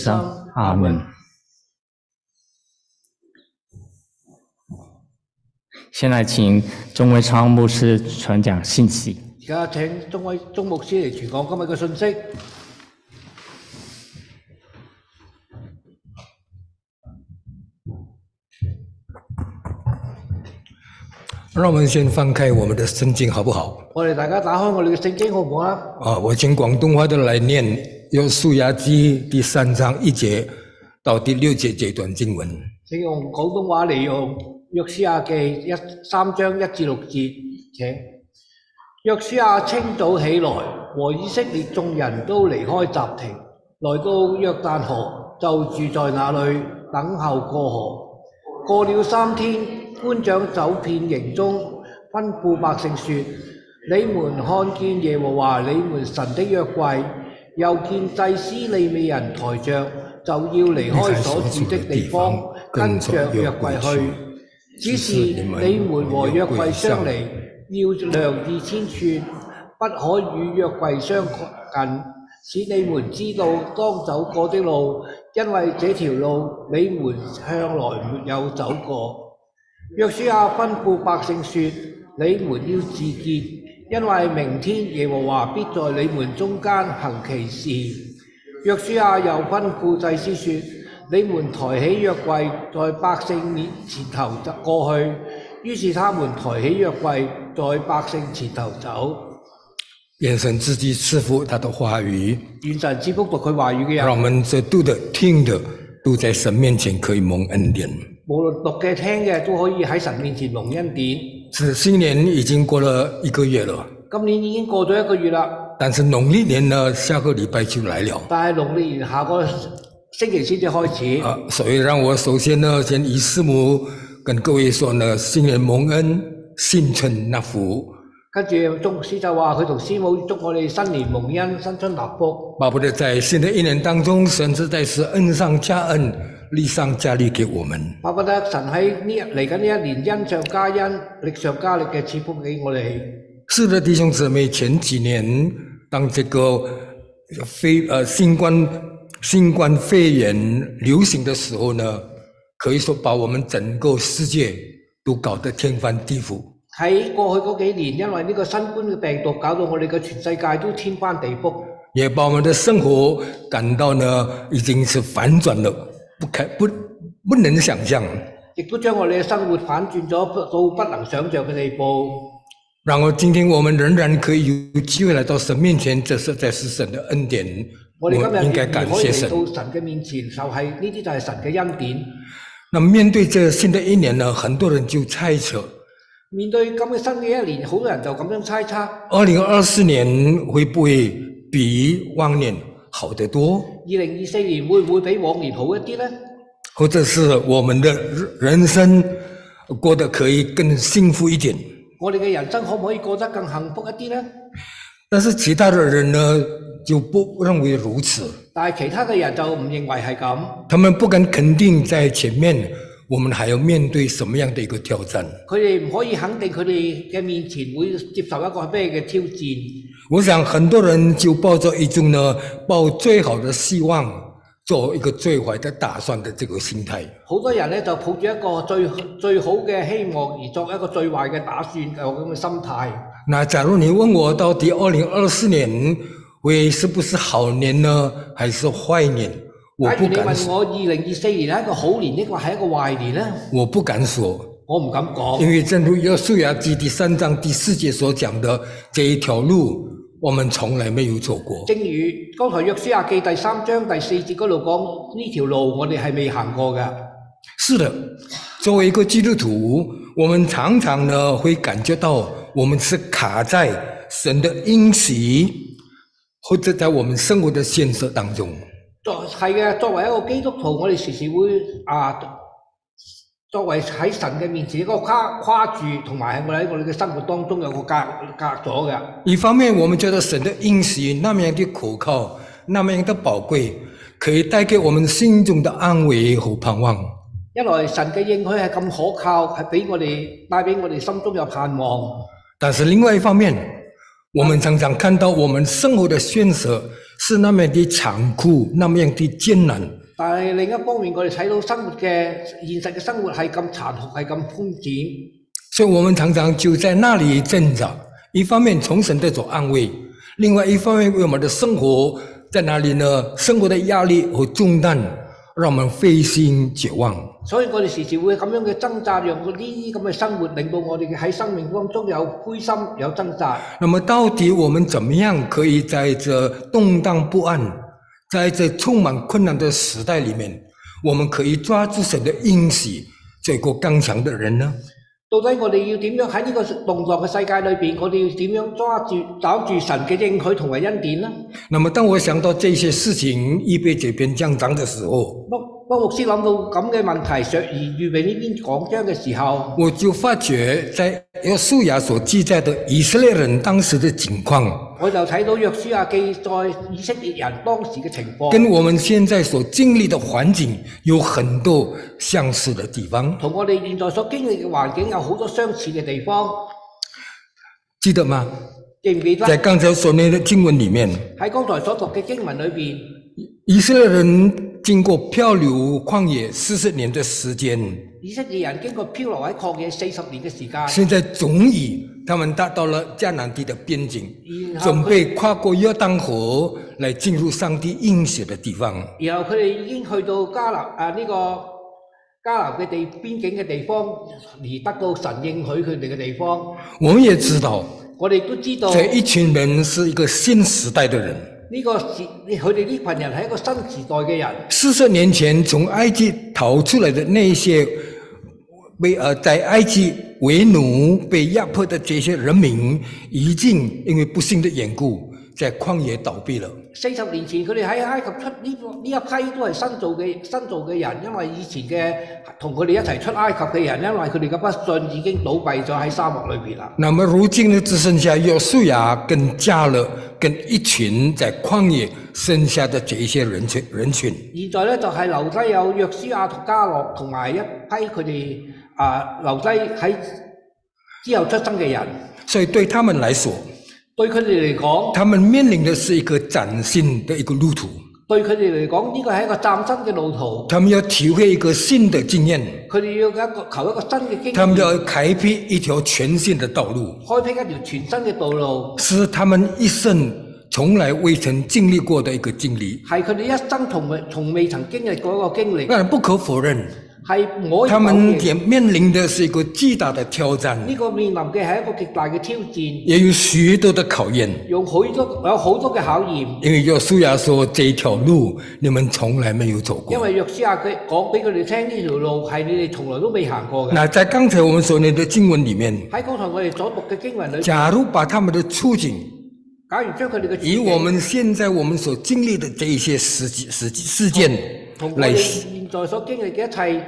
上，阿门。现在请钟维昌牧师传讲信息。而家請鐘偉鐘牧師嚟傳講今日嘅信息。让我们先翻开我们的圣经，好不好？我哋大家打開我哋嘅聖經好唔好啊？啊，我请广东话的来念《约书亚记》第三章一节到第六节这段经文。請用廣東話嚟用約書亞記一三章一至六節。請約書亞清早起來，和以色列眾人都離開集亭，來到約旦河，就住在那裏等候過河。過了三天，官長走遍營中，吩咐百姓說：你們看見耶和華你們神的約櫃，又見祭司利未人台像，就要離開所住的地方，跟着約櫃去。只是你們和約櫃相離，要量二千寸，不可與約櫃相近，使你們知道當走過的路，因為這條路你們向來沒有走過。約書亞吩咐百姓說：你們要自潔，因為明天耶和華必在你們中間行奇事。約書亞又吩咐祭司說：你們抬起約櫃，在百姓面前頭過去。於是他們抬起約櫃，在百姓前頭走。愿神自己赐福他的话语，願神賜福讀佢話語嘅让我人，们这读的、听的都在神面前可以蒙恩典。無論讀嘅、聽嘅，都可以喺神面前蒙恩典。是新年已经過了一個月了，今年已經過咗一個月啦，但是農曆年呢，下個禮拜就來了。但係農曆年下個星期先至開始。啊，所以让我首先呢，先以师母跟各位说呢，新年蒙恩，新春纳福。跟住鐘牧師就話佢同師母祝我哋新年蒙恩、新春納福。巴不得在新的一年當中，神实在是恩上加恩，力上加力给我们。巴不得神喺呢一嚟緊呢一年恩上加恩、力上加力嘅賜福俾我哋。是的，弟兄姊妹，前几年当这个非呃新冠新冠肺炎流行的时候呢，可以说把我们整个世界都搞得天翻地覆。喺過去嗰幾年，因為呢個新冠嘅病毒搞到我哋嘅全世界都天翻地覆，也把我们的生活感到呢，已经是反转了，不可不不能想象。亦都將我哋嘅生活反轉咗不到不能想像嘅地步。然而，今天我们仍然可以有机会来到神面前，这实在是神的恩典，我我哋今们日应该仍然感可以谢神。嚟到神嘅面前，就係呢啲就係神嘅恩典。那面对这新的一年呢，很多人就猜测，面對咁嘅新嘅一年，好多人就咁樣猜測：二二零二四年会不会比往年好得多？零二四年會唔會比往年好一啲呢？或者是我们的人人生过得可以更幸福一点？我哋嘅人生可唔可以過得更幸福一啲呢？但是其他的人呢，就不认为如此，但係其他嘅人就唔認為係咁，他们不敢肯定在前面我们还要面对什么样的一个挑战。佢哋唔可以肯定佢哋嘅面前會接受一個咩嘅挑戰。我想很多人就抱着一种呢，抱最好的希望，做一个最坏的打算的这个心态。好多人咧就抱住一個最最好嘅希望，而作一個最壞嘅打算，有咁嘅心態。那假如你问我到底二零二四年会是不是好年呢，还是坏年？我假如不你敢，問我二零二四年係一個好年，抑或係一個壞年呢？我不敢说，我唔敢講，因为正如《约书亚记》第三章第四节所讲的，这一条路我们从来没有走过。正如剛才約書亞記第三章第四節嗰度講，呢條路我哋係未行過嘅。是的，作为一个基督徒，我们常常呢会感觉到我们是卡在神的应许，或者在我们生活的现实当中。作係嘅，作為一個基督徒，我哋時時會啊，作為喺神嘅面前一個跨跨住，同埋喺我哋喺我哋嘅生活當中有個隔隔咗嘅。一方面，我们觉得神的应许那么样的可靠，那么样的宝贵，可以带给我们心中的安慰和盼望；一來神嘅應許係咁可靠，係俾我哋帶俾我哋心中有盼望。但是另外一方面，我们常常看到我们生活的现实是那么的残酷，那么样的艰难。但係另一方面，我哋睇到生活嘅現實嘅生活係咁殘酷，係咁兇險。所以我们常常就在那里挣扎，一方面从神得着安慰，另外一方面为我们的生活在哪里呢？生活的压力和重担让我们灰心绝望。所以我哋時時會咁樣嘅掙扎，讓呢啲咁嘅生活令到我哋嘅喺生命當中有灰心、有掙扎。那么，到底我们怎么样可以在这动荡不安、在这充满困难的时代里面，我们可以抓住神的应许，做一个刚强的人呢？到底我哋要點樣喺呢個動盪嘅世界裏邊，我哋要點樣抓住、找住神嘅應許同埋恩典呢？那么，当我想到这些事情预备这篇讲章的时候，不不，牧師諗到咁嘅問題，卓而預備呢篇講章嘅時候，我就发觉，在约书亚所记载的以色列人当时的情况，我就睇到約書亞記載以色列人當時嘅情況，跟我们现在所经历的环境有很多相似的地方，同我哋現在所經歷嘅環境有好多相似嘅地方，记得吗？記唔記得？在刚才所念的经文里面，喺剛才所讀嘅經文裏邊，以色列人经过漂流旷野四十年的时间，以色列人經過漂流喺曠野四十年嘅時間，现在终于他们达到了迦南地的边境，然後准佢备跨过约旦河来进入上帝应许的地方。然後佢哋已經去到迦南啊呢、個迦南嘅地邊境嘅地方，而得到神應許佢哋嘅地方。我们也知道，我哋都知道这一群人是一个新时代的人。呢個時，佢哋呢群人係一個新時代嘅人。四十年前从埃及逃出来的那些被呃在埃及为奴、被压迫的这些人民，已经因为不幸的缘故，在旷野倒闭了。四十年前佢哋喺埃及出呢個呢一批都係新造嘅新造嘅人，因為以前嘅同佢哋一齊出埃及嘅人，因為佢哋嘅不信已經倒閉咗喺沙漠裏邊啦。那么如今呢，只剩下约书亚跟加勒跟一群在旷野剩下的这一些人群人群。現在咧就係、留低有約書亞同加洛同埋一批佢哋啊留低喺之後出生嘅人，所以对他们来说，對佢哋嚟講，他们面临的是一个崭新的一个路途，對佢哋嚟講呢個係一個嶄新嘅路途，他们要体会一个新的經驗。佢哋要一個求一個新嘅經他们驗，要开辟一条全新的道路，開闢一條全新嘅道路。是他们一生从来未曾经历过的一个经历。係佢哋一生從未從未曾經歷過一個經歷，当然不可否认，係唔可以他否们認。也面临的是一个巨大的挑战，呢個面臨嘅係一個極大嘅挑戰，也有许多的考验。用好多有好多嘅考驗。因为约书亚说这一条路你们从来没有走因过。為約書亞佢講俾佢哋聽，呢條路係你哋從來都未行過嘅。那在刚才我们所念的经文里面，喺剛才我哋所讀嘅經文裏，假如把他们的处境假如將佢哋嘅處以境我们现在我们所经历的这一些实际实际事件同我来哋現在所經歷嘅一切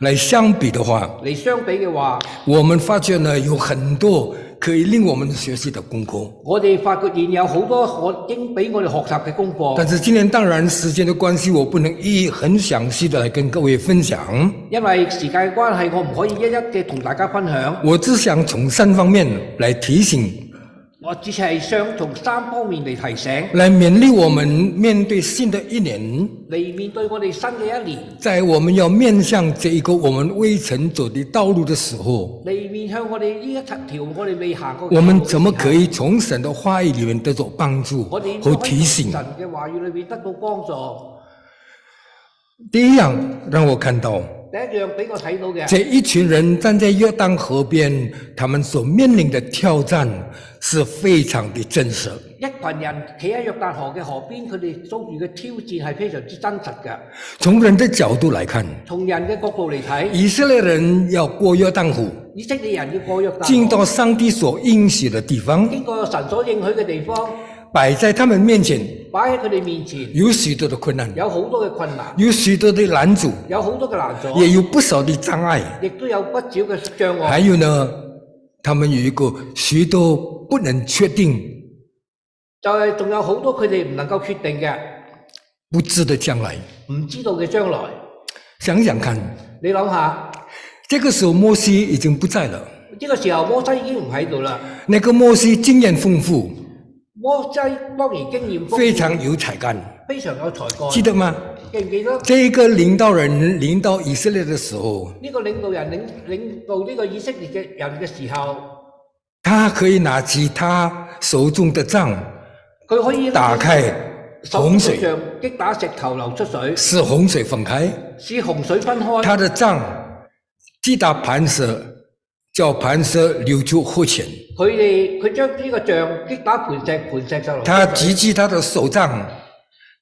来相比的话，嚟相比嘅話，我们发觉呢有很多可以令我们学习的功课。我哋發覺現有好多可應俾我哋學習嘅功課但。是今天当然时间的关系，我不能一一很详细的来跟各位分享。因為時間嘅關係，我唔可以一一嘅同大家分享。我只想从三方面来提醒、我只係想從三方面嚟提醒。来勉励我们面对新的一年，嚟面對我哋新嘅一年，在我们要面向这一个我们未曾走的道路的时候，嚟面向我哋呢一條我哋未行過嘅路。我们怎么可以从神的话语里面得到帮助我哋和都可以提從醒？神嘅話語裏面得到幫助。第一样让我看到，第一樣俾我睇到嘅这一群人站在约旦河边，他们所面临的挑战是非常的真实。一群人企喺約旦河嘅河邊，佢哋遭遇嘅挑戰係非常之真實嘅。从人的角度来看，從人嘅角度嚟睇，以色列人要過约旦河，以色列人要過約进旦河，到上帝所應許的地方，經過神所應許嘅地方，摆在他们面前擺喺佢哋面前，有许多的困难，有好多嘅困難，有许多的拦阻，有好多嘅難阻，也有不少的障碍。亦都有不少嘅障还礙，有呢，他们有一个许多不能确定、就係仲有好多佢哋唔能夠決定嘅，不知的将来。唔知道嘅將來。想想看，你諗下。这个时候摩西已经不在了，呢個時候摩西已經唔喺度啦，那个摩西经验丰富，摩西當然經驗豐非富，常有才干，非常有才记幹。得吗？記唔記得这个领导人领导以色列的时候，呢個領導人領領導呢個以色列嘅人嘅時候，他可以拿起他手中的杖，佢可以打开手洪上水，擊打石頭流出水，使洪水分开。使洪水分開。他的杖击打磐石，叫磐石流出活泉。佢哋佢將呢個杖擊打磐石，磐石就流出他水举起他的手杖，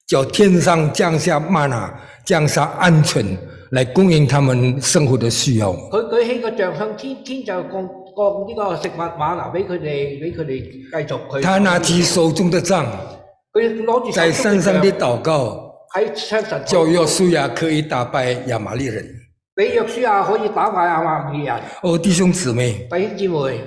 叫天上降下玛拿，降下鹌鹑，来供应他们生活的需要。佢舉起個像向天，天就降降呢個食物馬拿俾佢哋，俾佢哋繼續佢。他拿起手中的杖，佢攞住在手中嘅山上的杖祷告，喺向神禱叫约书亚可以打败亚玛力人。俾約書亞可以打敗亞瑪利人。哦，弟兄姊妹，弟兄姊妹，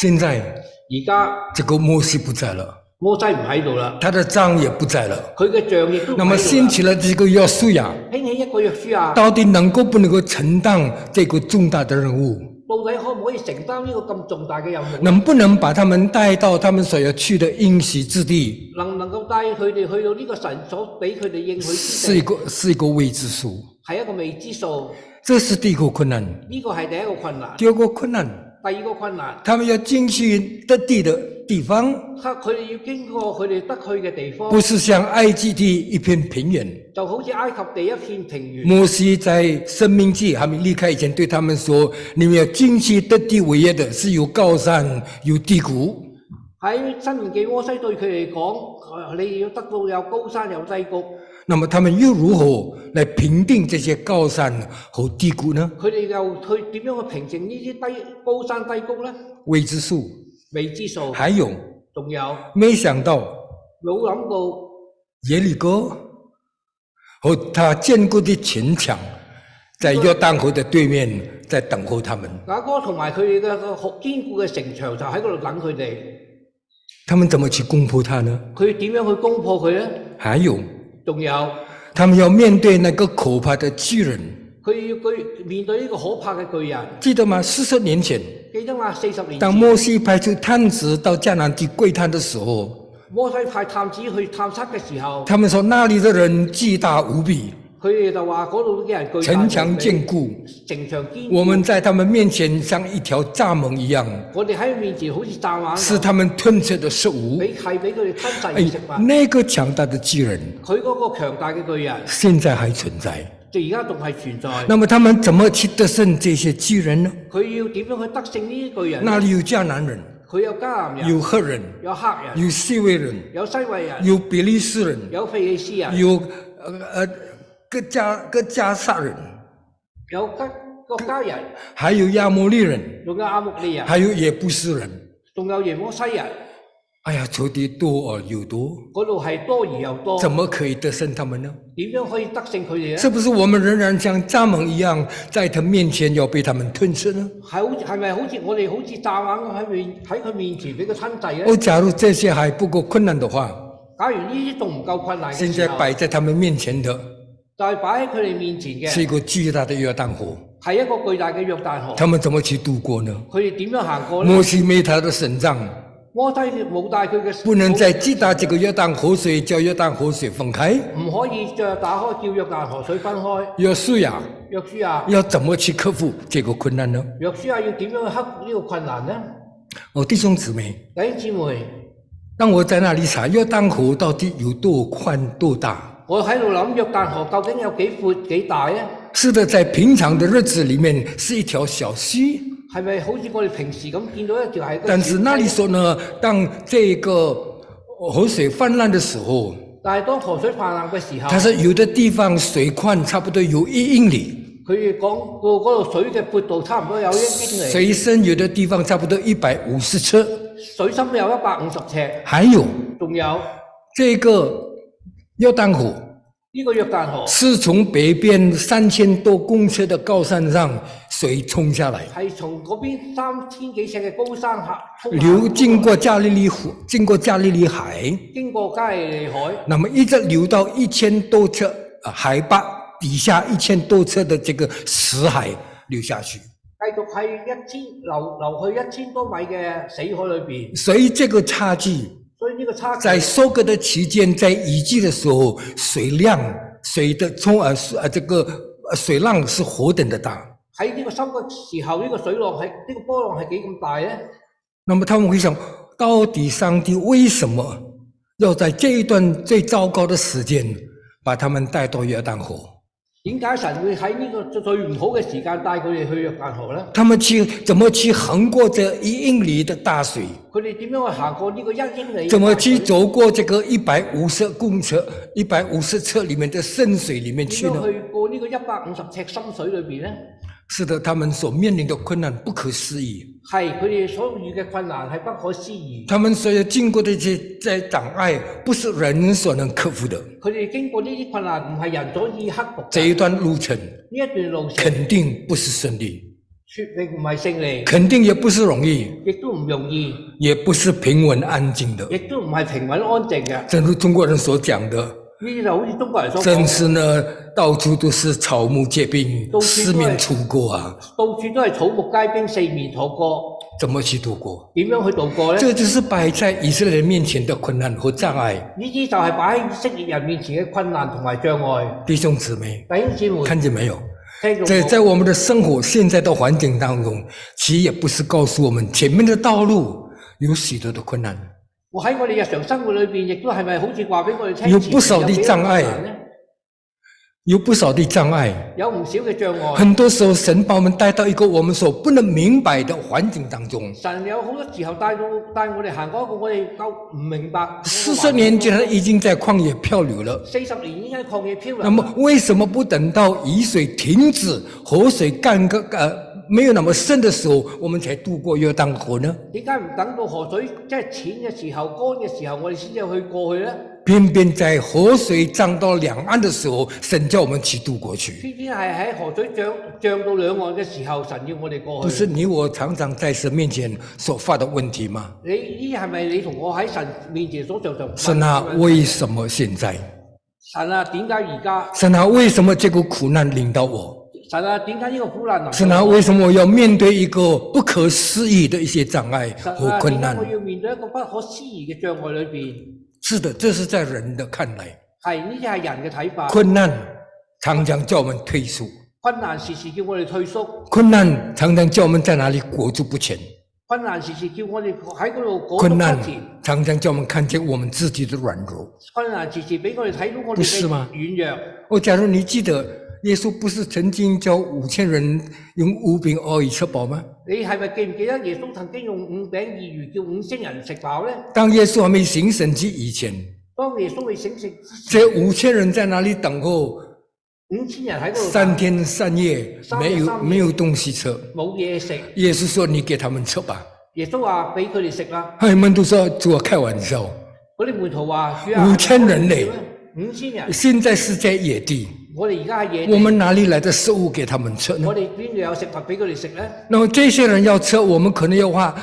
现在而家这个摩西不在了，摩西唔喺度啦，他的杖也不在了。佢嘅杖亦都唔那么喺兴度啦。起了这个约书亚，興起一個約書亞，到底能够不能够承担这个重大的任务？到底可唔可以承擔呢個咁重大嘅任務？能不能把他们带到他们所要去的应许之地，能唔能夠帶佢哋去到呢個神所俾佢哋應許之是一地，个是一个未知数。係一個未知數。这是第一个困难。呢個係第一個困難，第二个困难，第二個困難。他们要进去的地的地方，佢佢哋要經過佢哋得去嘅地方，不是像埃及地一片平原。就好似埃及地一片平原。摩西在《生命记》还没离开以前，对他们说：“你们要进去的地为业的，是有高山，有低谷。喺新年記摩西對佢哋講：你要得到有高山有低谷。那么他们又如何来评定这些高山和低谷呢？佢哋又去點樣去平靜呢啲低高山低谷呢？未知数。未知數，还有，仲有没想到冇諗到耶利哥和他坚固的城墙，在约旦河的对面，在等候他们。雅哥同埋佢哋嘅個好堅固嘅城牆就喺嗰度等佢哋。他们怎么去攻破它呢？佢點樣去攻破佢呢？还有，仲有他们要面对那个可怕的巨人，佢要佢面對呢個可怕嘅巨人，记得吗？四十年前，記得嘛？四十年当前摩西派出探子到迦南地窥探的时候，摩西派探子去探測嘅時候。他们说那里的人巨大无比，佢哋就話嗰度啲人巨大城墙坚固，城牆堅固我们在他们面前像一条蚱蜢一样，我哋喺佢面前好似蚱蜢是咁，他们吞吃的食物。俾係俾佢哋吞噬哎嘅食，物。那个强大的巨人佢嗰個強大嘅巨人，现在还存在。就而家仲係存在。那么他们怎么去得胜这些巨人呢？佢要點樣去得勝呢啲巨人？那里有迦南人，佢有迦南人，有赫人，有黑人，有西魏人，有西魏人，有比利时人，有腓利斯人，有呃呃各加各加萨人，有吉國家人，还有亚摩利人，仲有阿穆利人，还有耶布斯人。仲有耶摩西人。哎呀，仇敌多而又多，嗰度係多而又多，怎么可以得胜他们呢？點樣可以得勝佢哋是呢？不是我们仍然像蚱蜢一样，在他面前要被他们吞吃呢？係好似係咪好似我哋好似蚱蜢咁喺面喺佢面前俾佢吞噬呢？哦，假如这些还不够困难的话，假如呢啲仲唔夠困難现嘅在時候，摆在他们面前的就係擺喺佢哋面前是一嘅个巨大的约旦河，係一個巨大嘅約旦河。他们怎么去度过呢？佢哋點樣行過呢摩？西没他的神杖，摩西冇帶佢嘅，不能再击打这个约旦河水，叫约旦河水分开。唔可以再打開叫約旦河水分開。约书亚約書亞，要怎么去克服这个困难呢？約書亞要點樣去克服呢個困難呢？哦，弟兄姊妹，弟兄姊妹，当我在那里查约旦河到底有多宽多大，我喺度諗約旦河究竟有幾闊幾大啊呢？是的，在平常的日子里面是一条小溪，係咪好似我哋平時咁見到一條係一個但是那里小溪说呢，当这个河水泛滥的时候，但係當河水泛濫嘅時候，他说有的地方水宽差不多有一英里，佢哋講到嗰度水嘅闊度差唔多有一英里，水深有的地方差不多一百五十尺。水深有一百五十尺，还有仲有。这个约旦河呢個約旦河是从北边三千多公尺的高山上水冲下来，係從嗰邊三千幾尺嘅高山下衝下流经過加利利湖，经过加利利海，經過加利利海，那么一直流到一千多尺呃海拔底下一千多尺的这个死海流下去。繼續喺一千流流去一千多米嘅死海裏邊，所以这个差距所以呢個差距在收割的期间，在雨季的时候，水量、水的冲呃水呃这个呃水浪是何等的大。喺呢個收割時候，呢、個水浪係呢、個波浪係幾咁大咧？那么他们会想，到底上帝为什么要在这一段最糟糕的时间把他们带到约旦河？點解神會喺呢個最唔好嘅時間帶佢哋去約旦河咧？他们去怎么去横过这一英里的大水？佢哋點樣去行過呢個一英里？怎么去走过这个一百五十公尺、一百五十尺里面的深水里面去點呢樣？去過呢個一百五十尺深水裏邊咧？是的，他们所面临的困难不可思议，係佢哋所遇嘅困難係不可思議。他们所要经过的这些在障碍，不是人所能克服的。佢哋經過呢啲困難，唔係人所以克服这嘅。一段路程呢一段路程，肯定不是顺利，説明唔係勝利，肯定也不是容易，亦都唔容易，也不是平稳安静的。亦都唔係平穩安靜嘅。呢正如中国人所讲的，啲就好似中國人所真講，是呢，到处都是草木皆兵，都是四面楚歌啊，到處都係草木皆兵，四面楚歌，怎么去度过？點樣去度過咧？这就是摆在以色列人面前的困难和障碍。呢啲就係擺喺以色列人面前嘅困難同埋障礙。弟兄姊妹，弟兄姊妹，看见没有？聽在眾在我们的生活现在的环境当中，其实也不是告诉我们前面的道路有许多的困难，我喺我哋日常生活裏邊，亦都係咪好似話俾我哋聽？有不少的前面有幾障礙困難咧有不少的障碍。有唔少嘅障礙。很多时候，神把我们带到一个我们所不能明白的環境當中。神有好多時候帶到帶我哋行嗰一個我哋夠唔明白。四十年前已經在曠野漂流了，四十年已經喺曠野漂那流。么为什么不等到雨水停止、河水干个呃没有那么深的时候，我们才渡过约旦河呢？點解唔等到河水即係淺嘅時候、乾嘅時候，我哋先至去過去呢？偏偏在河水涨到两岸的时候，神叫我们去渡过去。偏偏係喺河水漲漲到兩岸嘅時候，神要我哋過不是去。你我常常在神面前所发的问题吗？你呢係咪你同我喺神面前所做就？神啊，为什么现在？神啊，點解而家？神啊，为什么这个苦难领到我？神啊，點解呢個苦難臨到神啊，为什么我要面对一个不可思议的一些障碍神和啊，困點解难我？要面對一個不可思議嘅障礙裏邊？是的，这是在人的看来。係呢啲係人嘅睇法。困难常常叫我们退缩，困難時時叫我哋退縮，困难常常叫我们在哪里裹足不前，困難時時叫我哋喺嗰度裹足困不难前，常常叫我们看见我们自己的软弱。困難時時俾我哋睇到我不哋是嗎嘅軟弱。哦，假如你记得耶稣不是曾经教五千人用五饼二鱼吃饱吗？你係咪記唔記得耶穌曾經用五餅二魚叫五星人食飽呢？当耶稣还没行神迹以前，當耶穌未醒食，这五千人在哪里等候五千人喺嗰三度天三夜，三天没有三夜没有东西吃。冇嘢食，耶稣说：“你给他们吃吧。耶穌話俾佢哋食啦。”他们都说：“主啊，开玩笑！嗰啲門徒話：主啊，五千人嚟五千人，现在是在野地，我哋而家係野地我们哪里来的食物给他们吃呢我哋邊度有食物俾佢哋食呢？那么这些人要吃，我们可能要花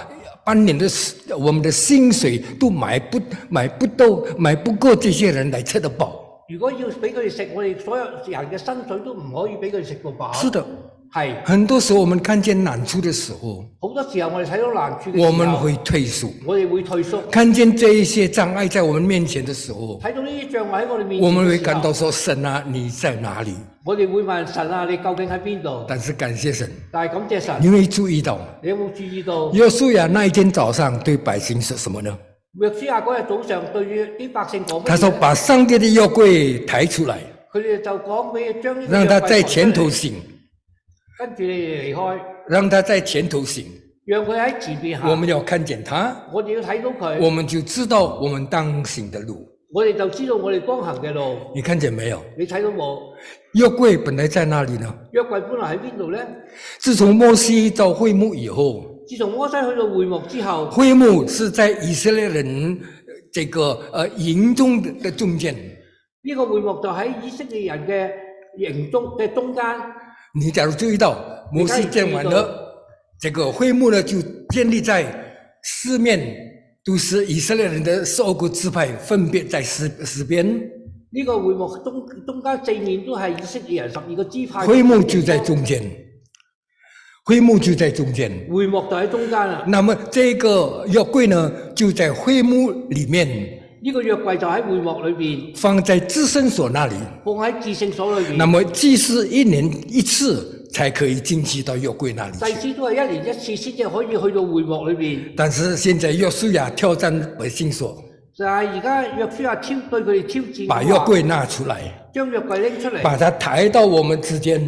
半年的时我们的薪水都买不买不到，买不够这些人来吃得饱。如果要俾佢哋食，我哋所有人嘅薪水都唔可以俾佢哋食到飽。是的，係很多时候我们看见难处的时候，好多時候我哋睇到難處嘅時候，我们會退缩；我哋會退縮。看见这一些障碍在我们面前的时候，睇到呢啲障礙喺我哋面前嘅時候，我们会感到说：“神啊，你在哪里我哋會問神啊，你究竟喺邊？”度？但是感谢神，但係感謝神，你会注意到，你有冇注意到耶稣呀那一天早上对百姓说什么呢？約書亞嗰日早上對住啲百姓講乜嘢呢？他说：“把上帝的药柜抬出来，佢哋就講俾將呢個让他約櫃在抬前出头嚟行，跟住你哋離開，让他在前头行。”讓佢喺前邊行。我们要看见他，我哋要睇到佢，我们就知道我们当行的路。我哋就知道我哋當行嘅路。你看见没有？你睇到冇？约柜本来在那里呢。約櫃本來喺邊度呢？自从摩西到会幕以后，自從摩西去到會幕之後，会幕是在以色列人呃这个呃营中的的中间。呢、個會幕就喺以色列人嘅營中嘅中間。你假如注意到，摩西建完你看你注意了，这个会幕呢就建立在四面都是以色列人的十二个支派，分别在十十边，呢、個會幕中中間四面都係以色列人十二個支派。会幕就在中间。会幕就在中间。會幕就喺中間啦。那么这个约柜呢，就在会幕里面，呢、個約櫃就喺會幕裏邊，放在至圣所那里。放喺至聖所裏那邊。么祭司一年一次才可以进去到约柜那里祭去。司都係一年一次先至可以去到會幕裏邊，但是现在约书亚挑战百姓说，就係而家約書亞挑對佢哋挑戰，把约櫃拿出来，將約櫃拎出嚟，把它抬到我们之间，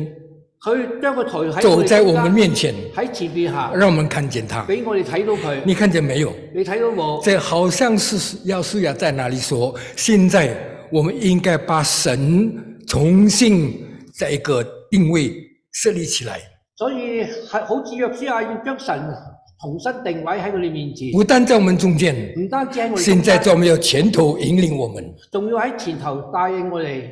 佢將個台喺走哋在我中間们面前，喺前邊行，让我们看见它。俾我哋睇到佢。你看见没有？你睇到冇？这好像是要书亚在哪里说，现在我们应该把神重新在一个定位设立起来，所以係好似約書亞要將神重新定位喺佢哋面前，不但在我们中间，唔單止喺我哋现中在間，在我们要前头引领我们，仲要喺前頭帶領我哋，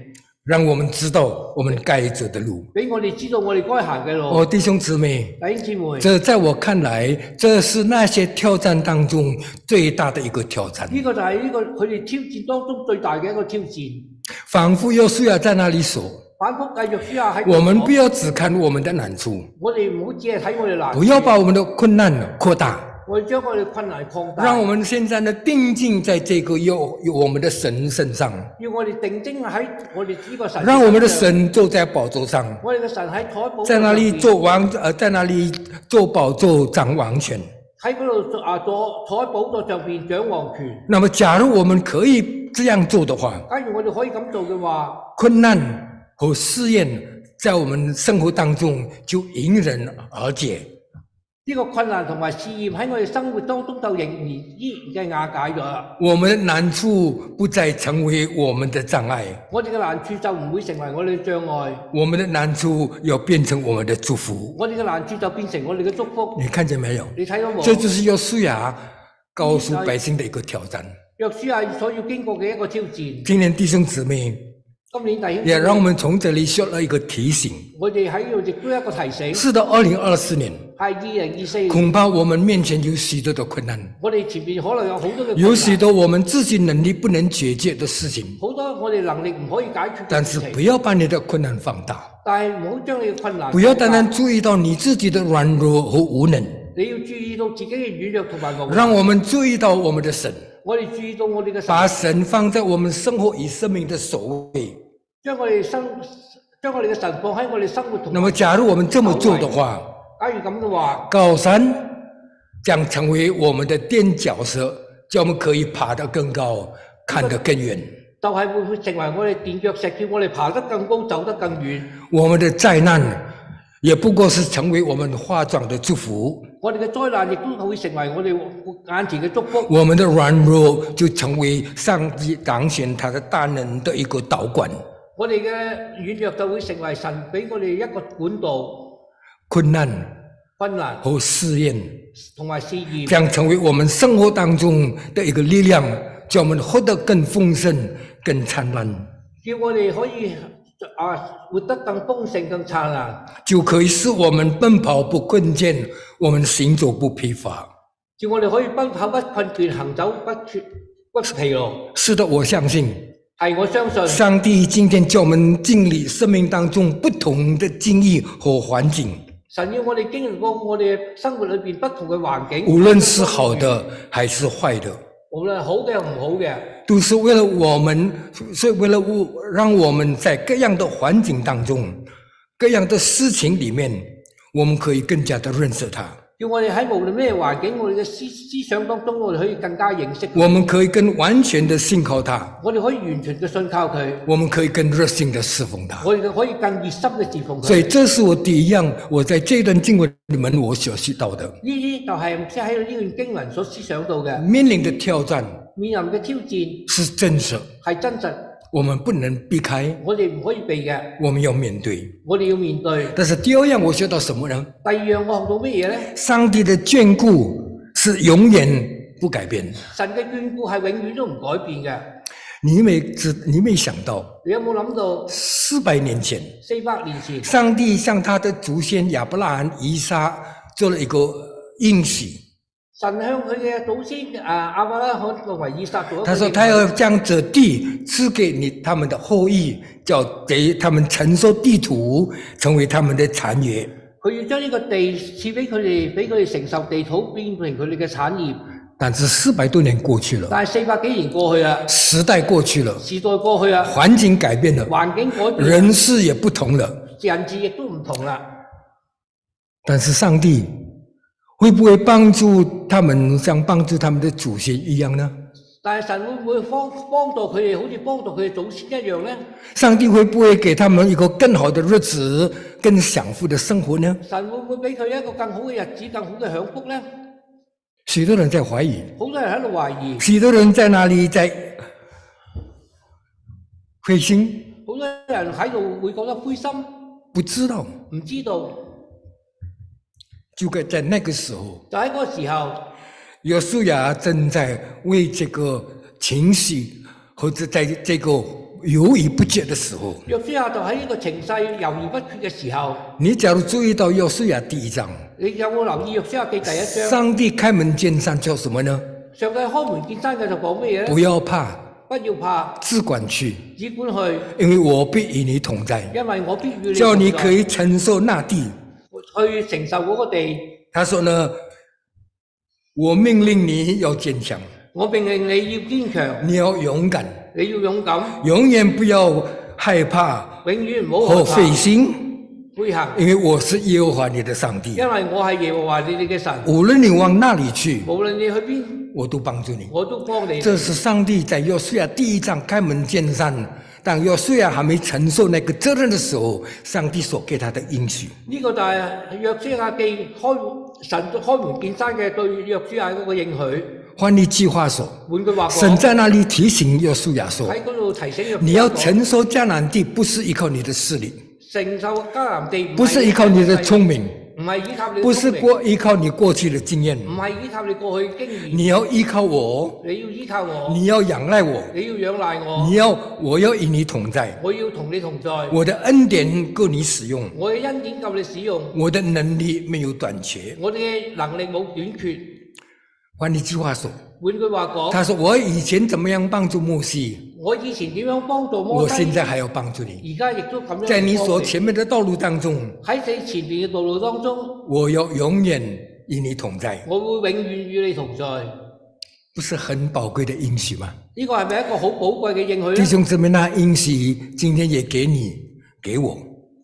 让我们知道我们该走的路。俾我哋知道我哋該行嘅路。哦，弟兄姊妹，弟兄姊妹。这在我看来，这是那些挑战当中最大的一个挑战。呢個就係呢、個佢哋挑戰當中最大嘅一個挑戰。仿佛约书亚在那里说反覆繼續輸下喺：“我们不要只看我们的难處，我哋唔好只係睇我哋難處，不要把我们的困難扩大。”我哋將我哋困難擴大，让我们现在呢定睛在这个有有我们的神身上，要我哋定睛喺我哋呢個神，让我们的，神坐在宝座上，我哋嘅神喺台寶在那里上面做王呃，在那里做宝座掌王权。喺嗰度做啊坐坐喺寶座上邊掌王權。那么，假如我们可以这样做的话，假如我哋可以咁做嘅話，困难和试验在我们生活当中就迎刃而解。呢、個困難同埋試驗喺我哋生活當中就仍然依然嘅瓦解咗啦。我们的难处不再成为我们的障碍，我哋嘅難處就唔會成為我哋嘅障礙，我们的难处要變成我们的祝福。我哋嘅難處就變成我哋嘅祝福。你看见没有？你睇到冇？这就是约书亚告诉百姓的一个挑战。約書亞所要經過嘅一個挑戰。今天弟兄姊妹今年弟兄姊妹也让我们从这里学了一个提醒：我哋喺度亦都一個提醒，係是的，二零二四年二零二四年，恐怕我们面前有许多的困难，我哋前面可能有好多嘅困難有许多我们自己能力不能解决的事情。好多我哋能力唔可以解決嘅但事是情不要把你的困难放大，但係唔好將你嘅困難不要单单注意到你自己的软弱和无能，你要注意到自己嘅軟弱同埋無让我们注意到我们的神，我哋注意到我哋嘅把神，神放在我们生活与生命的首位。將我哋生將我哋嘅神放喺我哋生活同那。么，假如我们这么做的话，假如咁嘅話，高山将成为我们的垫脚石，叫我们可以爬得更高，看得更远。就係會會成為我哋電腳石，叫我哋爬得更高，走得更遠。我们的灾难也不过是成为我们化妆的祝福，我哋嘅災難亦都會成為我哋眼前嘅祝福。我们的软弱就成为上帝彰显他的大能的一个导管。我哋嘅軟弱就會成為神俾我哋一個管道、困难困難和试验同埋試驗，将成为我们生活当中的一个力量，叫我们活得更丰盛、更灿烂。叫我哋可以啊活得更豐盛、更燦爛，就可以使我们奔跑不困倦，我们行走不疲乏。叫我哋可以奔跑不困倦，行走不缺不疲勞。是的，我相信係我相信上帝今天叫我们经历生命当中不同的境遇和环境，神要我哋經歷過我哋生活裏邊不同嘅環境，无论是好，的还是坏的，無論好嘅唔好嘅，都是为了我们，是为了我让我们在各样的环境当中、各样的事情里面，我们可以更加的认识他，叫我哋喺無論咩環境，我哋嘅思思想當中，我哋可以更加認識佢，我们可以更完全的信靠他，我哋可以完全嘅信靠佢，我们可以更热心的侍奉他。我哋可以更熱心嘅侍奉佢所。以这是我第一样，我在这段经文里面我所学到的，呢啲就係牧師喺呢段經文所思想到嘅，面临的挑战面臨嘅挑戰是真实，係真實，我们不能避开，我哋唔可以避嘅，我们要面对。我哋要面對。但是第二样我学到什么呢？第二樣我學到乜嘢呢？上帝的眷顾是永远不改变。神嘅眷顧係永遠都唔改變嘅。你没知，你没想到，你有冇諗到四百年前，四百年前，上帝向他的祖先亚伯拉罕、以撒做了一个应许，神向佢嘅祖先啊亞伯拉罕同埋以撒做一個他说他要将这地赐给你他们的后裔，叫给他们承受地土，成为他们的产业。佢要將呢個地賜俾佢哋，俾佢哋承受地土，變成佢哋嘅產業。但是四百多年过去了，但係四百幾年過去啦，时代过去了，時代過去啦，环境改变了，環境改變，人事也不同了。人治亦都唔同啦。但是上帝会不会帮助他们，像帮助他们的祖先一样呢？但係神會唔會幫幫助佢哋，好似幫助佢哋祖先一樣呢？上帝会不会给他们一个更好的日子、更享福的生活呢？神會唔會俾佢一個更好嘅日子、更好嘅享福呢？许多人在怀疑，好多人喺度懷疑，许多啊人在哪里在灰心，好多人喺度會覺得灰心，不知道。唔知道。就该在那个时候，就喺嗰個時候，约书亚啊正在为这个情绪或者在这个犹豫不决的时候，約書亞就喺呢個情勢猶豫不決嘅時候，你假如注意到约书亚第一章，你有冇留意約書亞記第一章？上帝开门见山叫什么呢？上帝開門見山嘅就講乜嘢不呢？要怕，不要怕，只管去，只管去，因为我必与你同在，因為我必與你叫你同可在以承受那地。去承受嗰個地。他说呢，我命令你要坚强，我命令你要堅強，你要勇敢，你要勇敢，永远不要害怕永遠唔好和害灰怕心。灰行，因为我是耶和华你的上帝因，為我係耶和華你哋嘅神，无论你往哪里去，無論你去邊，我都帮助你。我都幫你。这是上帝在约书亚第一章开门见山，当约书亚还没承受那个责任的时候，上帝所给他的应许。呢個就係約書亞記開神開門見山嘅對約書亞嗰個應許。换一句话说，換句話神講，在那里提醒约书亚说喺嗰度提醒約：“你要書亞講承受迦南地，不是依靠你的势力，承受迦南地，不是依靠你的聪明，唔係依靠你嘅聰明，不是过依靠你過去的经验，唔係依靠你過去嘅經驗，你要依靠我，你要依靠我，你要仰赖我，你要仰賴我你，要我要与你同在。”我要同你同在，我的恩典够你使用，我嘅恩典夠你使用，我的能力没有短缺。我哋嘅能力冇短缺。换一句话说，換句話講，他说我以前怎么样帮助摩西，我以前點樣幫助摩我西现，在还要帮助你。而家亦都咁樣在你所幫前面的道路当中，喺你前面嘅道路當中，我要永远与你同在，我會永遠與你同在。呢不是很宝贵的应许吗？個係咪一個好寶貴嘅應許弟呢？兄姊妹，那应许今天也给你，给我。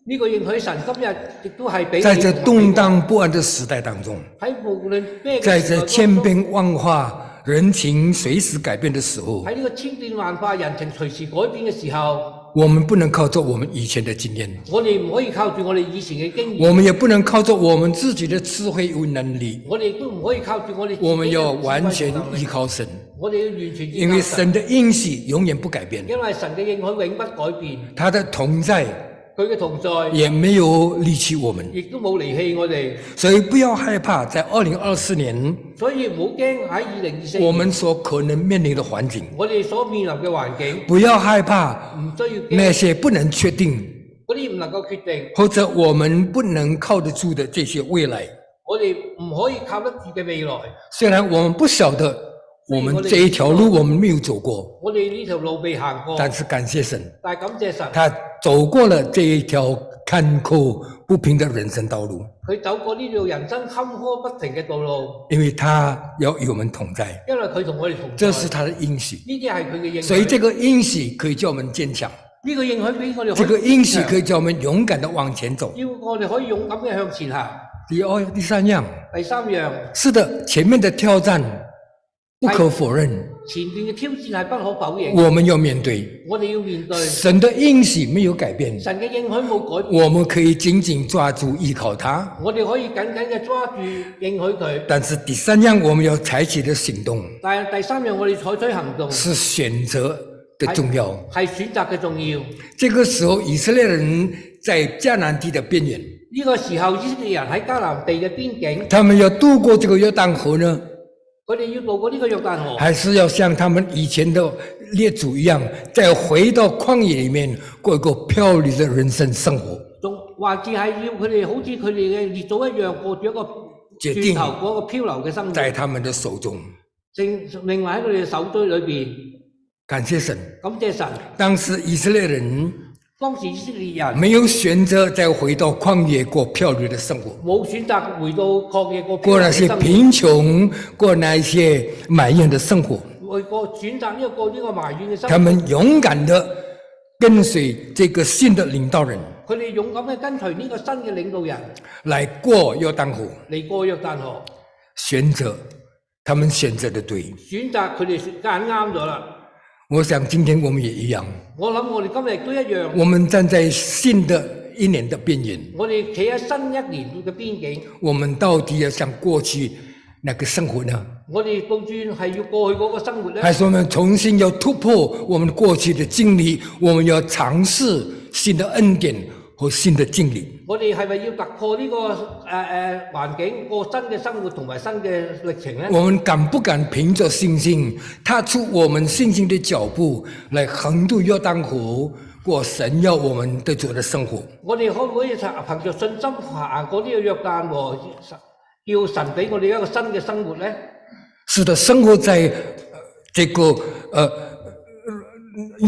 呢個應許神今日亦都係俾在你这同动俾我荡不安的时代当中，喺無論咩嘅在時代这當千中变万化、人情随时改变的时候，喺呢個千變萬化、人情隨時改變嘅時候，我们不能靠着我们以前的经验。我哋唔可以靠住我哋以前嘅經驗，我们也不能靠着我们自己的智慧与能力，我哋亦都唔可以靠住我哋自己嘅我们要完智慧全同能力依靠神，我哋要完全依因靠为神，神的应许永远不改变，因為神嘅應許永不改變，他的同在佢嘅同在也沒有離棄我們，亦都冇離棄我哋，所以不要害怕，在二零二四年所以唔好驚喺二零二四我年们所可能面临的环境，我哋所面臨嘅環境，不要害怕唔需要那驚些不能确定嗰啲唔能夠決定，或者我们不能靠得住的这些未来。我哋唔可以靠得住嘅未來，虽然我们不晓得我们这一条路我们没有走过，我哋呢條路未行過，但是感谢神。但係感謝神，他走过了这一条坎坷不平的人生道路，佢走過呢條人生坎坷不停嘅道路，因为他要与我们同在，因為佢同我哋同在这。是他的应许。呢啲係佢嘅應所以許，这个应许可以叫我们坚强，呢個應許俾我哋可这以个应许可以叫我们勇敢的往前走。要我哋可以勇敢嘅向前行。第二、第三样，第三樣，是的，前面的挑战不可否认，前面嘅挑戰係不可否認，我们要面对。我哋要面對神的应许没有改变，神嘅應許冇改變，我们可以紧紧抓住依靠他。我哋可以緊緊嘅抓住應許佢。但是第三样，我们要采取的行动但係第三樣，我哋採取行動是选择的重要。係選擇嘅重要。呢、这个时候，以色列人在迦南地的边缘，個時候，以色列人喺迦南地嘅邊境，他们要渡过这个约旦河呢，佢哋要渡過呢個約旦河，还是要像他们以前的列祖一样，再回到旷野里面过一个漂流的人生生活？仲還是係要佢哋好似佢哋嘅列祖一樣過住一個決轉定頭嗰個漂流嘅生活。在他们的手中，正另外喺佢哋嘅手堆裏邊。感谢神，感謝神，当时以色列人當時以色列人没有选择再回到旷野过漂流的生活，冇選擇回到曠野個过那些贫窮，过那一些埋怨的生活。為個選擇呢一個呢個埋怨嘅生他活，们勇敢地跟随这个新的领导人佢哋勇敢嘅跟隨呢個新嘅領導人来过约旦河，嚟過約旦河，选择他们选择的对。選擇佢哋選揀啱咗啦。我想今天我们也一样，我諗我哋今日都一樣，我们站在新的一年的边缘，我哋企喺新一年嘅邊境，我们到底要像过去那个生活呢，我哋倒轉係要過去嗰個生活咧，还是我们重新要突破我们过去的经历？我们要尝试新的恩典和新的经历。我哋係咪要突破呢、個誒誒、呃呃、環境，過新嘅生活同埋新嘅歷程咧？我们敢不敢凭着信心，踏出我们信心的脚步，来横渡约旦河，过神要我们得着的生活？我哋可唔可以憑憑着信心行過呢個約旦河，叫神俾我哋一個新嘅生活呢？是的，生活在呃这个呃呃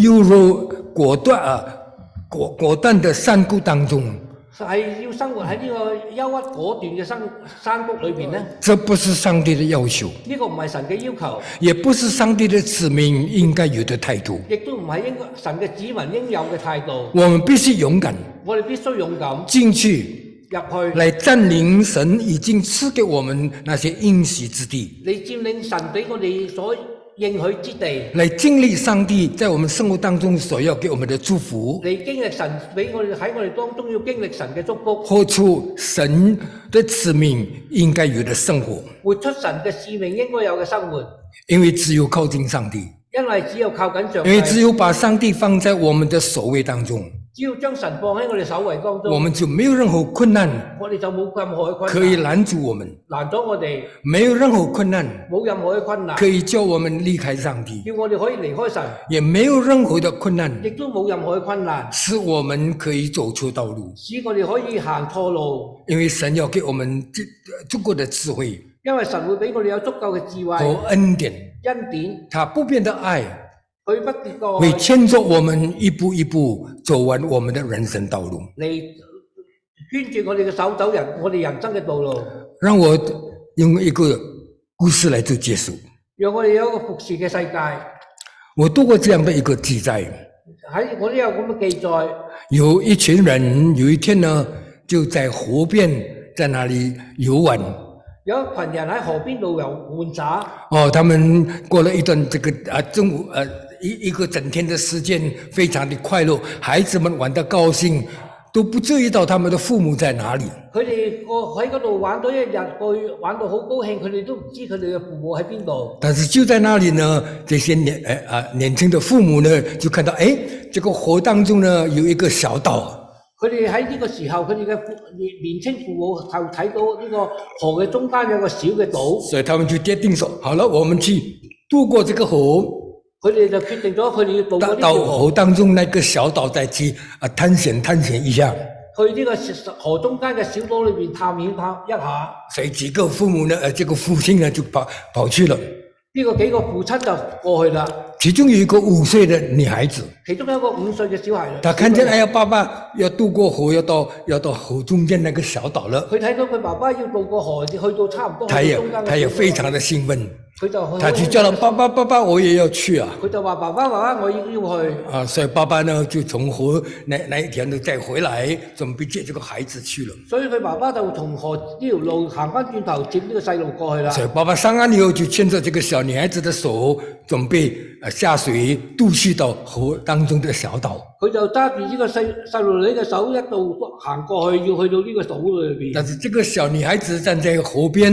优柔果断啊果果断的山谷当中，係要生活喺呢個憂鬱果斷嘅生山谷裏邊呢？呢、这不是上帝的要求，個唔係神嘅要求，也不是上帝的子民应该有的态度。亦都唔係應該神嘅子民應有嘅態度。我们必须勇敢我哋必須勇敢进去，入去，来占领神已经赐给我们那些应许之地。你佔領神俾我哋所應許之地，来经历上帝在我们生活当中所要给我们的祝福，你經歷神俾我哋喺我哋當中要經歷神嘅祝福，活出神的子民应该有的生活。活出神嘅使命應該有嘅生活。因为只有靠近上帝，因為只有靠緊上因为只帝，有把上帝放在我们的首位当中，只要將神放喺我哋首位當中我。们就没有任何困难我哋就冇任何嘅困可以難，拦阻我们，難咗我哋没有任何困难冇任何嘅困難，可以叫我们离开上帝，叫我哋可以離開神，也没有任何的困难亦都冇任何嘅困難，使我们可以走出道路。使我哋可以行錯路，因为神要给我们这足够的智慧因為神會俾我哋有足夠嘅智和慧、恩典，恩典，他不变的爱佢不跌過会牵着我们一步一步走完我们的人生道路。嚟圈住我哋嘅手走人，我哋人生嘅道路，让我用一个故事来做结束。讓我哋有一個服侍嘅世界。我读过这样的一个记载，喺我都有咁嘅記載，有一群人有一天呢就在湖边在那里游玩。有一群人喺河邊度遊玩耍，哦，他们过了一段这个啊中午呃一一个整天的时间，非常的快乐，孩子们玩得高兴，都不注意到他们的父母在哪里。佢哋個喺嗰度玩咗一日，去玩到好高興，佢哋都唔知佢哋嘅父母喺邊度。但是就在那里呢，这些年哎啊年轻的父母呢，就看到哎这个河当中呢有一个小岛，佢哋喺呢個時候，佢哋嘅父年年青父母就睇到呢個河嘅中間有個小嘅島，所以他们就决定说好了，我们去渡过这个河，佢哋就決定咗佢哋要渡到嗰啲到河，河当中那个小岛再去啊探险探险一下。去呢個河中間嘅小島裏邊探險探一下。所以几个父母呢，呃这个父亲呢就跑跑去了，呢、個幾個父親就過去啦，其中有一个五岁的女孩子，其中有一個五歲嘅小孩，她看见哎呀爸爸要渡过河，要到要到河中间那个小岛了，佢睇到佢爸爸要渡過河，去到差唔多她去也到中間嘅她也小島非常的兴奋。佢就去他去叫了爸爸，爸爸，我也要去啊！佢就話：爸爸，爸爸，我要要去。啊，所以爸爸呢就从河那那一条路再回来，准备接这个孩子去了。所以佢爸爸就同河呢條路行翻轉頭，接呢個細路過去啦。所以爸爸上岸以后，就牵着这个小女孩子的手，准备呃下水渡去到河当中的小岛。佢就揸住呢個細細路女嘅手一路行過去，要去到呢個島裏邊。但是这个小女孩子站在河边，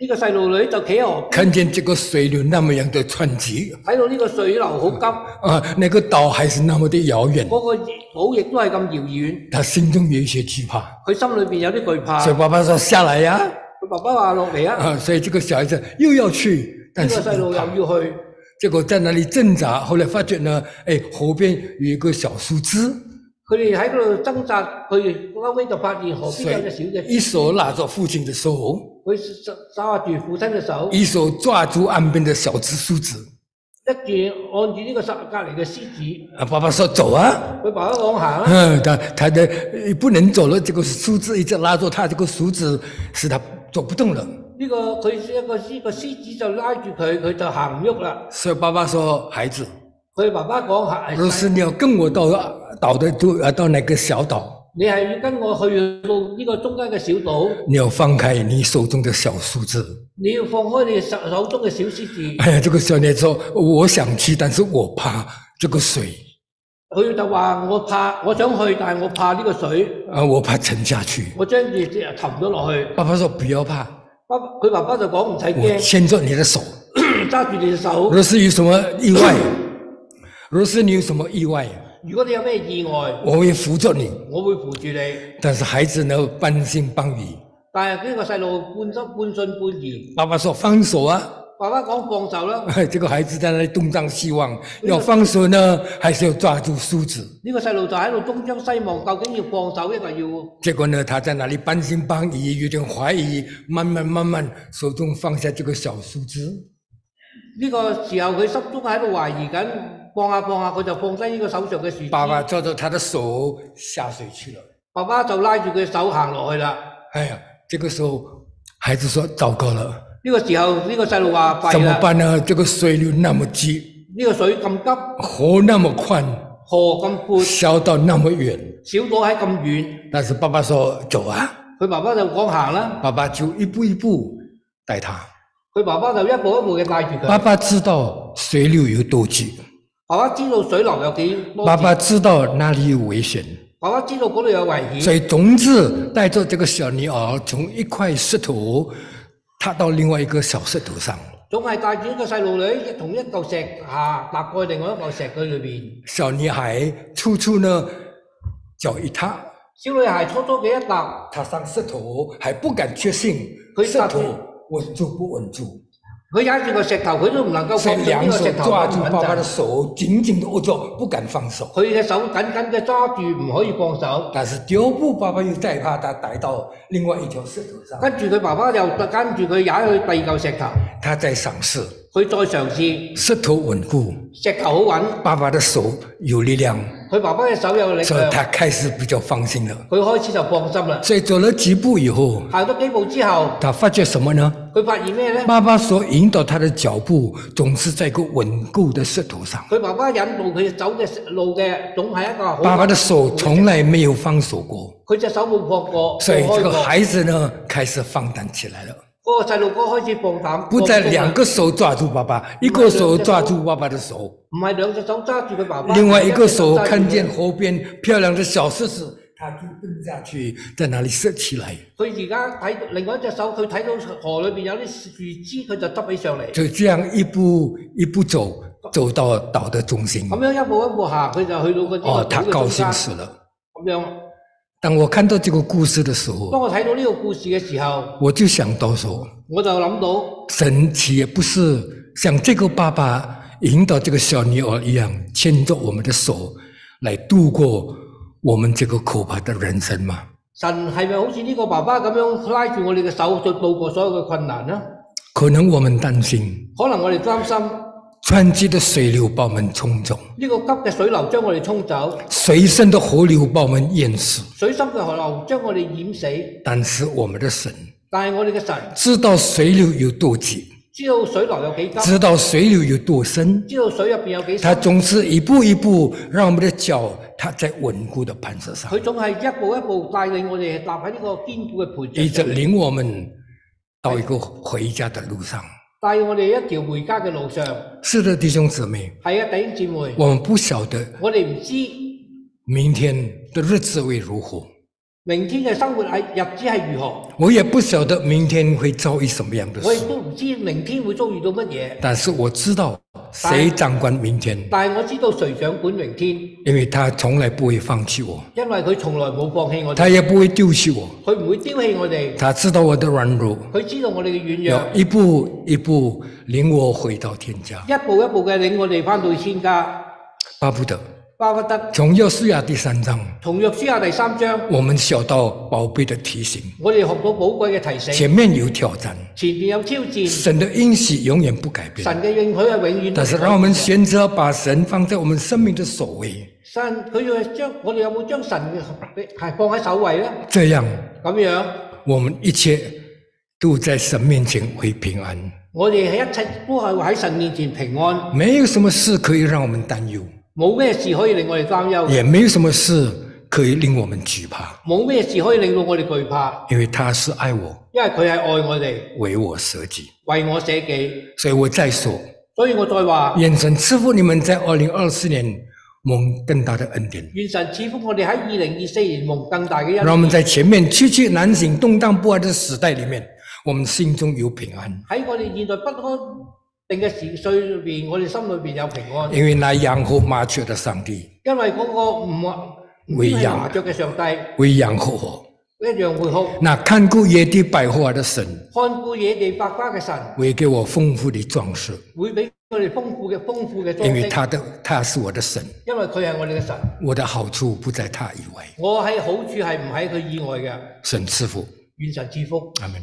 呢、個細路女就企喺河邊，看见这个水流那么样的湍急，睇到呢個水流好急，嗰、啊，那个岛还是那么的遥远，個島亦都係咁遙遠。她心中有一些惧怕。佢心裏邊有啲懼怕。所以爸爸说：“下来呀、佢爸爸話落嚟啊！啊，所以这个小孩子又要去，呢但個是細路又要去，结果在那里挣扎，后来发觉呢，哎，河边有一个小树枝，佢哋喺嗰度掙扎，佢哋後尾就發現河邊有隻小嘅，一手拉着父亲的手，佢揸住父親嘅手，一手抓住岸边的小枝树枝，跟住按住呢個十隔離嘅獅子，啊，爸爸说走啊， 佢爸爸講行啊，嗯，他他的呃不能走了，这个树枝一直拉住他，这个树枝使他走不动了。呢、個佢一個獅個獅子就拉住佢，佢就行唔喐啦。所以爸爸说：“孩子，佢爸爸講行，哎若是你要跟我到岛的都呃到那个小岛，你係要跟我去到呢個中間嘅小島，你要放开你手中的小树枝。你要放開你手手中嘅小獅子。哎呀，这个小年说：“我想去，但是我怕这个水佢就話我怕，我想去，但係我怕呢個水，啊，我怕沉下去。我將住隻人沉咗落去。”爸爸说：“不要怕，爸爸佢爸爸就講唔使我驚，牵着你的手。 揸住你隻手。若是有什么意外，若是你有什么意外，如果你有咩意外，我会扶着你。我會扶住你。但是孩子呢，半信半疑。”但係呢個細路半心半信半疑，爸爸说放手啊， 爸爸講放手啦。这个孩子在那里东张西望，要放手呢，还是要抓住梳子？呢、個細路就喺度東張西望，究竟要放手，抑或要结果呢，他在那里半信半疑，有点怀疑，慢慢慢慢手中放下这个小梳子，呢、個時候佢心中喺度懷疑緊，放下放下佢就放低呢個手上嘅樹枝。爸爸抓着他的手下水去了。爸爸就拉住佢手行落去啦。哎呀，这个时候孩子说：“糟糕了，呢、個時候呢、個細路話弊怎么啦，办呢？这个水流那么急，呢、個水咁急，河那么宽，河咁闊，小岛那么远。小島喺咁遠。”但是爸爸说：“走啊！”佢爸爸就講行啦。爸爸就一步一步带他。佢爸爸就一步一步嘅帶住爸佢。爸知道水流有多急，爸爸知道水流有幾多爸錢，爸知道哪里有危险，爸爸知道嗰度有危險，所以种子带着这个小女儿从一块石头踏到另外一个小石头上。總係帶住一個細路女同一嚿石下搭過另外一嚿石佢裏邊。小女孩处处呢脚一踏，小女孩初初嘅一搭，踏上石头还不敢确信可以石踏头去稳住不稳住，佢踩住個石頭，佢都唔能夠所以放掉呢两個手石頭抓住穩爸爸的陣。手，紧紧的握着，不敢放手。佢嘅手緊緊嘅抓住，唔可以放手。但是第二步，爸爸又再怕他逮到另外一条石头上，跟住佢爸爸又跟住佢踩去第二嚿石頭，他在尝试佢再嘗試石头稳固。石頭好穩，爸爸的手有力量，佢爸爸嘅手有力所以量，他开始比较放心了。佢開始就放心啦。所以走了几步以后，行咗幾步之後，他发觉什么呢？佢發現咩呢？爸爸所引导他的脚步总是在一个稳固的石头上，佢爸爸引導佢走嘅路嘅，總係一個好。爸爸的手从来没有放手过，佢隻手冇放過，所以冇这開个過。孩子呢开始放胆起来了，嗰個細路哥開始放膽，不再放鬆啦两，个手抓住爸爸，一个手抓住爸爸的手，唔係兩隻手揸住佢爸爸，另外一個手隻揸住佢看见河边漂亮的小石子，他就蹲下去在那里射起来。佢而家睇到另外一隻手，佢睇到河裏邊有啲樹枝，佢就執起上嚟。就这样一步一步走，走到岛的中心。咁樣一步一步行，佢就去到嗰啲哦，他高中兴間死了。咁樣。当我看到这个故事的时當候，我睇到呢個故事嘅時候，我就想到说，我就諗到神岂也不是像这个爸爸引导这个小女儿一样，牵着我们的手来度过我们这个苦怕的人生吗？神係咪好似呢個爸爸咁樣拉住我哋嘅手，就度過所有嘅困難呢？可能我们担心可能我哋擔心呢湍急的水流把我们冲走，個急嘅水流將我哋沖走。随身的河流把我们淹死，水深嘅河流將我哋淹死，但是我们的神但係我哋嘅神知道水流有多急，知道水流有幾急，知道水流有多深，知道水入邊有幾他深，总是一步一步让我们的脚踏在稳固的磐石上，佢總係一步一步帶領我哋立喺呢個堅固嘅磐一石直上，领我们到一个回家的路上。帶我哋一條回家嘅路上。是的，弟兄姊妹，係啊，弟兄姊妹，我们不晓得我哋唔知明天的日子会如何，明天嘅生活係日子係如何，我也不晓得明天会遭遇什么样的我亦事，都唔知明天會遭遇到乜嘢，但是我知道谁掌管明天，但係我知道誰掌管明天，因为他从来不会放弃我，因為佢從來冇放棄我哋，他也不会丢弃我，佢唔會丟棄我哋，他知道我的软弱，佢知道我哋嘅軟要弱，一步一步领我回到天家，一步一步嘅領我哋翻到天家。巴不得巴不得从约书亚第三章，同約書亞第三章，我们学到宝贝的提醒，我哋學到寶貴嘅提醒。前面有挑战，前面有挑戰，神的应许永远不改变，神嘅應許係永遠都唔但是改让我變们嘅。选择把神放在我们生命的首位，神佢要將我哋有冇將神嘅係放喺首位咧？这样咁樣我们一切都在神面前为平安，我哋係一切都係喺神面前平安，没有什么事可以让我们担忧，冇咩事可以令我哋擔憂，也没有什么事可以令我们惧怕，冇咩事可以令到我哋懼怕，因为他是爱我，因為佢係愛我哋，为我舍己。為我捨己。所以我再说，所以我再話，愿神赐福你们在二零二四年蒙更大的恩典。願神賜福我哋喺二零二四年蒙更大嘅恩让我典。们在前面曲曲难行、动荡不安的时代里面，我们心中有平安，喺我哋現在不安定嘅時歲裏邊，我哋心裏邊有平安，因为那养活麻雀的上帝因為嗰個唔唔會係人麻雀嘅上帝为养活我，一樣會好，那看顾野地百花的神看顧野地百花嘅神为给我丰富的装饰，會俾我哋豐富嘅豐富嘅裝因为飾，他的他是我的神，因為佢係我哋嘅神。我的好处不在他以外。我喺好處係唔喺佢以外嘅，神赐福，願神賜福。阿门。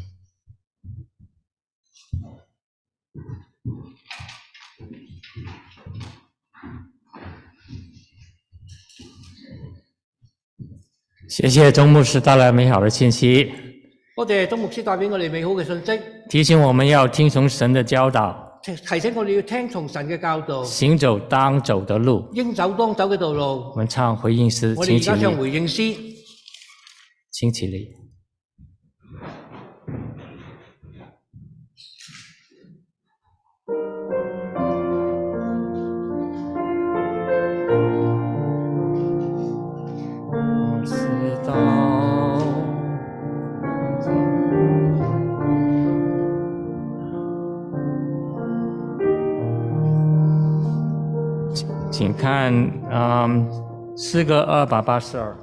谢谢钟牧师带来美好的信息，多謝鍾牧師帶俾我哋美好嘅信息，提醒我们要听从神的教导，提提醒我哋要聽從神嘅教導，行走当走的路。應走當走嘅道我路。们唱回应诗，我请哋而起家唱立，回應詩。请起立。我知道，请请看，嗯，诗歌二百八十二。